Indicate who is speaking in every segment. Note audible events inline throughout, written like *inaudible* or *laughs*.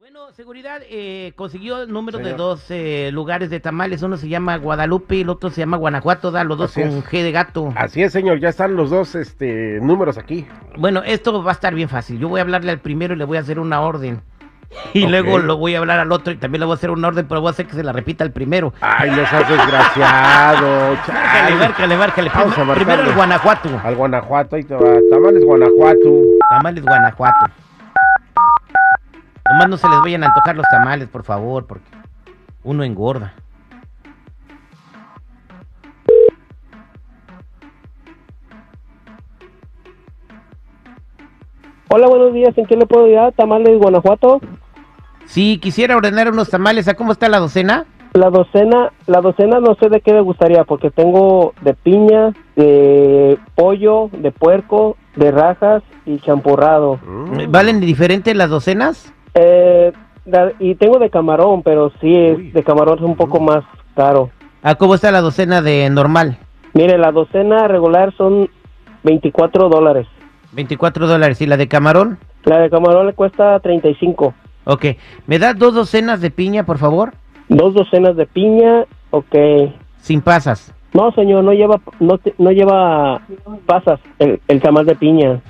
Speaker 1: Bueno, seguridad eh, consiguió el número de dos eh, lugares de tamales. Uno se llama Guadalupe y el otro se llama Guanajuato. Da los dos
Speaker 2: Así
Speaker 1: con
Speaker 2: es.
Speaker 1: G de gato.
Speaker 2: Así es, señor, ya están los dos este, números aquí.
Speaker 1: Bueno, esto va a estar bien fácil. Yo voy a hablarle al primero y le voy a hacer una orden. *laughs* Y
Speaker 2: Ok.
Speaker 1: luego lo voy a hablar al otro y también le voy a hacer una orden, pero voy a hacer que se la repita al primero.
Speaker 2: Ay, no seas desgraciado.
Speaker 1: Márcale,
Speaker 2: chale.
Speaker 1: márcale, márcale.
Speaker 2: Ah. Vamos a
Speaker 1: Primero-
Speaker 2: marcarle.
Speaker 1: Primero el Guanajuato.
Speaker 2: Al Guanajuato, ahí te va. Tamales Guanajuato.
Speaker 1: Tamales Guanajuato. Nomás no se les vayan a antojar los tamales, por favor, porque uno engorda.
Speaker 3: Hola, buenos días. ¿En qué le puedo ayudar? Tamales Guanajuato.
Speaker 1: Si quisiera ordenar unos tamales, ¿a cómo está la docena?
Speaker 3: La docena, la docena no sé de qué le gustaría porque tengo de piña, de pollo, de puerco, de rajas y champurrado.
Speaker 2: Mm.
Speaker 1: ¿Valen diferente las docenas?
Speaker 3: Eh, la- y tengo de camarón, pero sí, es-
Speaker 2: Uy.
Speaker 3: de camarón es un poco más caro.
Speaker 1: ¿A cómo está la docena de normal?
Speaker 3: Mire, la docena regular son 24 dólares.
Speaker 1: 24 dólares. ¿Y la de camarón?
Speaker 3: La de camarón le cuesta 35.
Speaker 1: Ok. ¿Me das dos docenas de piña, por favor?
Speaker 3: Dos docenas de piña, ok.
Speaker 1: Sin pasas.
Speaker 3: No, señor, no lleva, no, te- no lleva pasas el, el tamal de piña,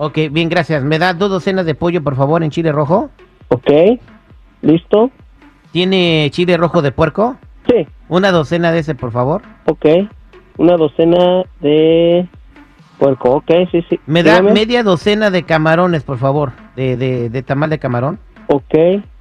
Speaker 1: Ok, bien, gracias. ¿Me das dos docenas de pollo, por favor, en chile rojo?
Speaker 3: ¿ok? ¿Listo?
Speaker 1: ¿Tiene chile rojo de puerco?
Speaker 3: Sí,
Speaker 1: Una docena de ese, por favor.
Speaker 3: ok. Una docena de puerco, ok, sí, sí.
Speaker 1: ¿Me da
Speaker 3: Dígame.
Speaker 1: media docena de camarones, por favor? De, de, de tamal de camarón.
Speaker 3: Ok,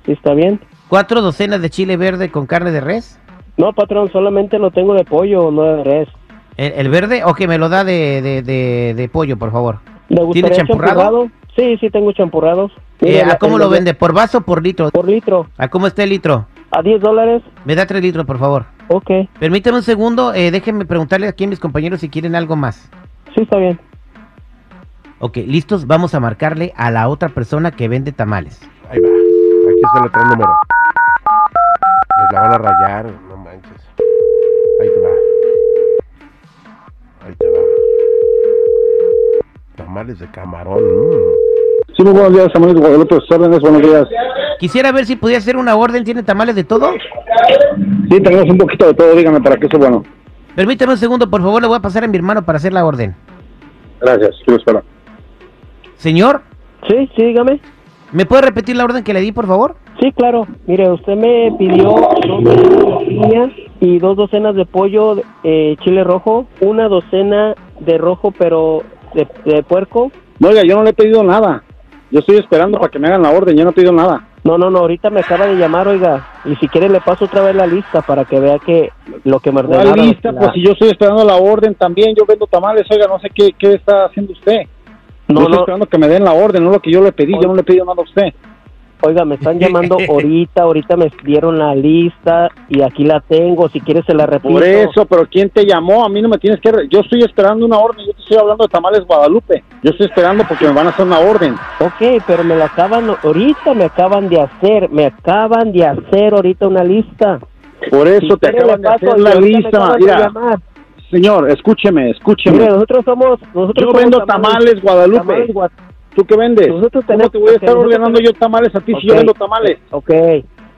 Speaker 3: sí está bien.
Speaker 1: ¿Cuatro docenas de chile verde con carne de res?
Speaker 3: No, patrón, solamente lo tengo de pollo, no de res.
Speaker 1: ¿El, el verde? Ok, me lo da de, de, de, de pollo, por favor.
Speaker 3: ¿Le gustaría
Speaker 1: champurrado?
Speaker 3: champurrado? Sí, sí, tengo champurrados.
Speaker 1: Eh,
Speaker 3: Mire,
Speaker 1: ¿A
Speaker 3: la-
Speaker 1: cómo
Speaker 3: el-
Speaker 1: lo vende? ¿Por vaso o por litro?
Speaker 3: Por litro,
Speaker 1: ¿A cómo está el litro?
Speaker 3: a 10 dólares,
Speaker 1: Me da tres litros, por favor.
Speaker 3: ok,
Speaker 1: Permítame un segundo, eh, déjenme preguntarle aquí a mis compañeros si quieren algo más.
Speaker 3: sí está bien.
Speaker 1: Ok, listos, vamos a marcarle a la otra persona que vende tamales.
Speaker 2: Ahí va. Aquí está el otro número. Nos la van a rayar, no manches. Ahí te va. Ahí te va. Tamales de camarón. mm.
Speaker 4: Sí, muy buenos días, amigos de Guadalupe, sus órdenes, buenos días.
Speaker 1: Quisiera ver si pudiera hacer una orden, ¿tiene tamales de todo?
Speaker 4: Sí, tenemos un poquito de todo, dígame para qué es bueno.
Speaker 1: Permítame un segundo, por favor, le voy a pasar a mi hermano para hacer la orden.
Speaker 4: Gracias, yo lo espero.
Speaker 1: Señor,
Speaker 3: Sí, sí, dígame.
Speaker 1: ¿me puede repetir la orden que le di, por favor?
Speaker 3: Sí, claro. Mire, usted me pidió dos docenas de piña y dos docenas de pollo eh, chile rojo, una docena de rojo pero de, de puerco.
Speaker 4: No, oiga, yo no le he pedido nada. Yo estoy esperando para que me hagan la orden, yo no he pedido nada.
Speaker 3: No, no, no, ahorita me acaba de llamar, oiga. Y si quiere le paso otra vez la lista para que vea que lo que me
Speaker 4: ¿Cuál
Speaker 3: ordenaron.
Speaker 4: lista?
Speaker 3: la-
Speaker 4: Pues si yo estoy esperando la orden también, yo vendo tamales, oiga, no sé qué, qué está haciendo usted. No,
Speaker 3: no,
Speaker 4: estoy
Speaker 3: no,
Speaker 4: esperando que me den la orden, no lo que yo le pedí, yo no le he pedido nada a usted.
Speaker 3: oiga, me están
Speaker 4: *laughs*
Speaker 3: llamando ahorita, ahorita me dieron la lista y aquí la tengo, si quiere se la repito.
Speaker 4: Por eso, pero ¿quién te llamó? A mí no me tienes que... re- Yo estoy esperando una orden, yo te estoy hablando de tamales Guadalupe. Yo estoy esperando porque me van a hacer una orden.
Speaker 3: Ok, pero me la acaban, ahorita me acaban de hacer, me acaban de hacer ahorita una lista.
Speaker 4: Por eso
Speaker 3: Si
Speaker 4: te
Speaker 3: quiere,
Speaker 4: acaban
Speaker 3: le
Speaker 4: de
Speaker 3: paso,
Speaker 4: hacer
Speaker 3: y
Speaker 4: la
Speaker 3: ahorita me
Speaker 4: lista.
Speaker 3: acaban de
Speaker 4: Mira,
Speaker 3: llamar.
Speaker 4: señor, escúcheme, escúcheme.
Speaker 3: Mira, nosotros somos. Nosotros
Speaker 4: Yo
Speaker 3: somos
Speaker 4: vendo tamales, Guadalupe.
Speaker 3: tamales gua-
Speaker 4: ¿Tú qué vendes?
Speaker 3: Nosotros
Speaker 4: ¿Cómo
Speaker 3: tenemos-
Speaker 4: te voy a
Speaker 3: ok,
Speaker 4: estar
Speaker 3: nosotros
Speaker 4: ordenando yo
Speaker 3: tenemos-
Speaker 4: tamales a ti si
Speaker 3: Ok.
Speaker 4: yo vendo tamales?
Speaker 3: Ok.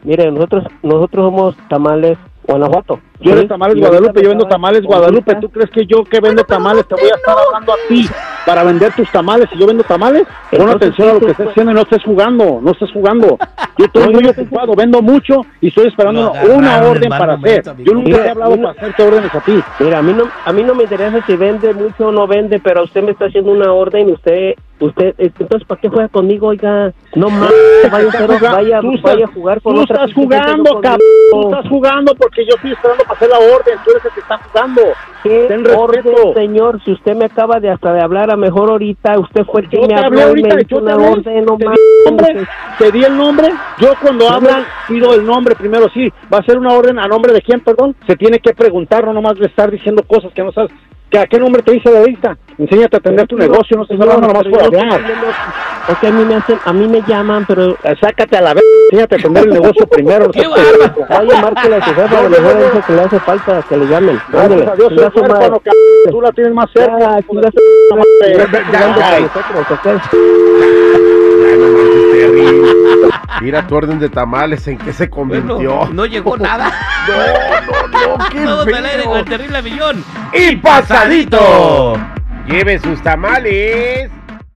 Speaker 3: Mire, nosotros, nosotros somos tamales Guanajuato.
Speaker 4: Yo
Speaker 3: Sí,
Speaker 4: vendo tamales
Speaker 3: y ahorita
Speaker 4: Guadalupe,
Speaker 3: me
Speaker 4: yo vendo
Speaker 3: acaban-
Speaker 4: tamales Guadalupe.
Speaker 3: ahorita-
Speaker 4: ¿Tú crees que yo que vendo tamales te voy a estar hablando a ti? para vender tus tamales. Si yo vendo tamales, pon
Speaker 3: Entonces, pues,
Speaker 4: atención a lo
Speaker 3: ¿qué
Speaker 4: que
Speaker 3: te
Speaker 4: estás
Speaker 3: fue?
Speaker 4: haciendo y no estés jugando, no estés jugando.
Speaker 3: *laughs*
Speaker 4: Yo estoy muy ocupado, vendo mucho y estoy esperando
Speaker 5: Lo
Speaker 4: una- una
Speaker 5: agarraron en
Speaker 4: orden
Speaker 5: mal
Speaker 4: para hacer.
Speaker 5: momento, amigo.
Speaker 4: Yo nunca te he
Speaker 3: Mira,
Speaker 4: hablado
Speaker 3: una-
Speaker 4: para hacerte órdenes a ti.
Speaker 3: Mira, a mí no, a mí no me interesa si vende mucho o no vende, pero usted me está haciendo una orden, usted, usted, eh, entonces ¿para qué juega conmigo, oiga?
Speaker 4: *laughs*
Speaker 3: No más, vaya, a
Speaker 4: Estás
Speaker 3: hacer-
Speaker 4: jugando-
Speaker 3: vaya,
Speaker 4: tú
Speaker 3: vaya a
Speaker 4: estás-
Speaker 3: jugar con
Speaker 4: Tú
Speaker 3: otra
Speaker 4: estás
Speaker 3: pinche gente, no
Speaker 4: jugando,
Speaker 3: conmigo.
Speaker 4: cabrón. Tú estás jugando porque yo estoy esperando para hacer la orden. Tú eres el que está jugando.
Speaker 3: ¿Qué
Speaker 4: Ten respeto.
Speaker 3: orden, señor? Si usted me acaba de hasta de hablar, a mejor ahorita usted fue el que
Speaker 4: Yo
Speaker 3: me
Speaker 4: te
Speaker 3: habló
Speaker 4: hablé
Speaker 3: y me
Speaker 4: ahorita,
Speaker 3: hizo
Speaker 4: yo te
Speaker 3: una
Speaker 4: hablé,
Speaker 3: orden, no
Speaker 4: te
Speaker 3: más.
Speaker 4: di el nombre, te di el nombre. Yo cuando hablan pido el nombre primero, sí. Va a ser una orden a nombre de quién, perdón. Se tiene que preguntar, no nomás de estar diciendo cosas que no sabes. ¿Que ¿A qué nombre te dice la lista? Enséñate a atender tu negocio, no estés hablando nomás por hablar.
Speaker 3: Es que a mí me hacen, a mí me llaman, pero
Speaker 4: Sácate a la vez, enséñate a atender el negocio primero. no
Speaker 1: ¡Qué
Speaker 4: seas
Speaker 1: bárbaro!
Speaker 4: pendejo.
Speaker 3: vaya, márquele a su jefe, a lo mejor
Speaker 4: no, no.
Speaker 3: dice que le hace falta que le llamen.
Speaker 4: Gracias
Speaker 3: Ándele,
Speaker 4: a Dios,
Speaker 3: chinga
Speaker 4: soy
Speaker 3: su madre.
Speaker 4: huérfano, cabrón. Tú la tienes más cerca.
Speaker 3: Ya,
Speaker 4: hijo de
Speaker 3: chinga
Speaker 4: tu madre. Ay.
Speaker 2: Ya no manches, Terry. Mira tu orden de tamales, ¿en qué se
Speaker 1: Bueno,
Speaker 2: convirtió?
Speaker 1: no llegó nada.
Speaker 2: No, no, no, *laughs* qué
Speaker 1: Todos al aire
Speaker 2: feo.
Speaker 1: con el terrible millón.
Speaker 2: ¡Y pasadito! Lleve sus tamales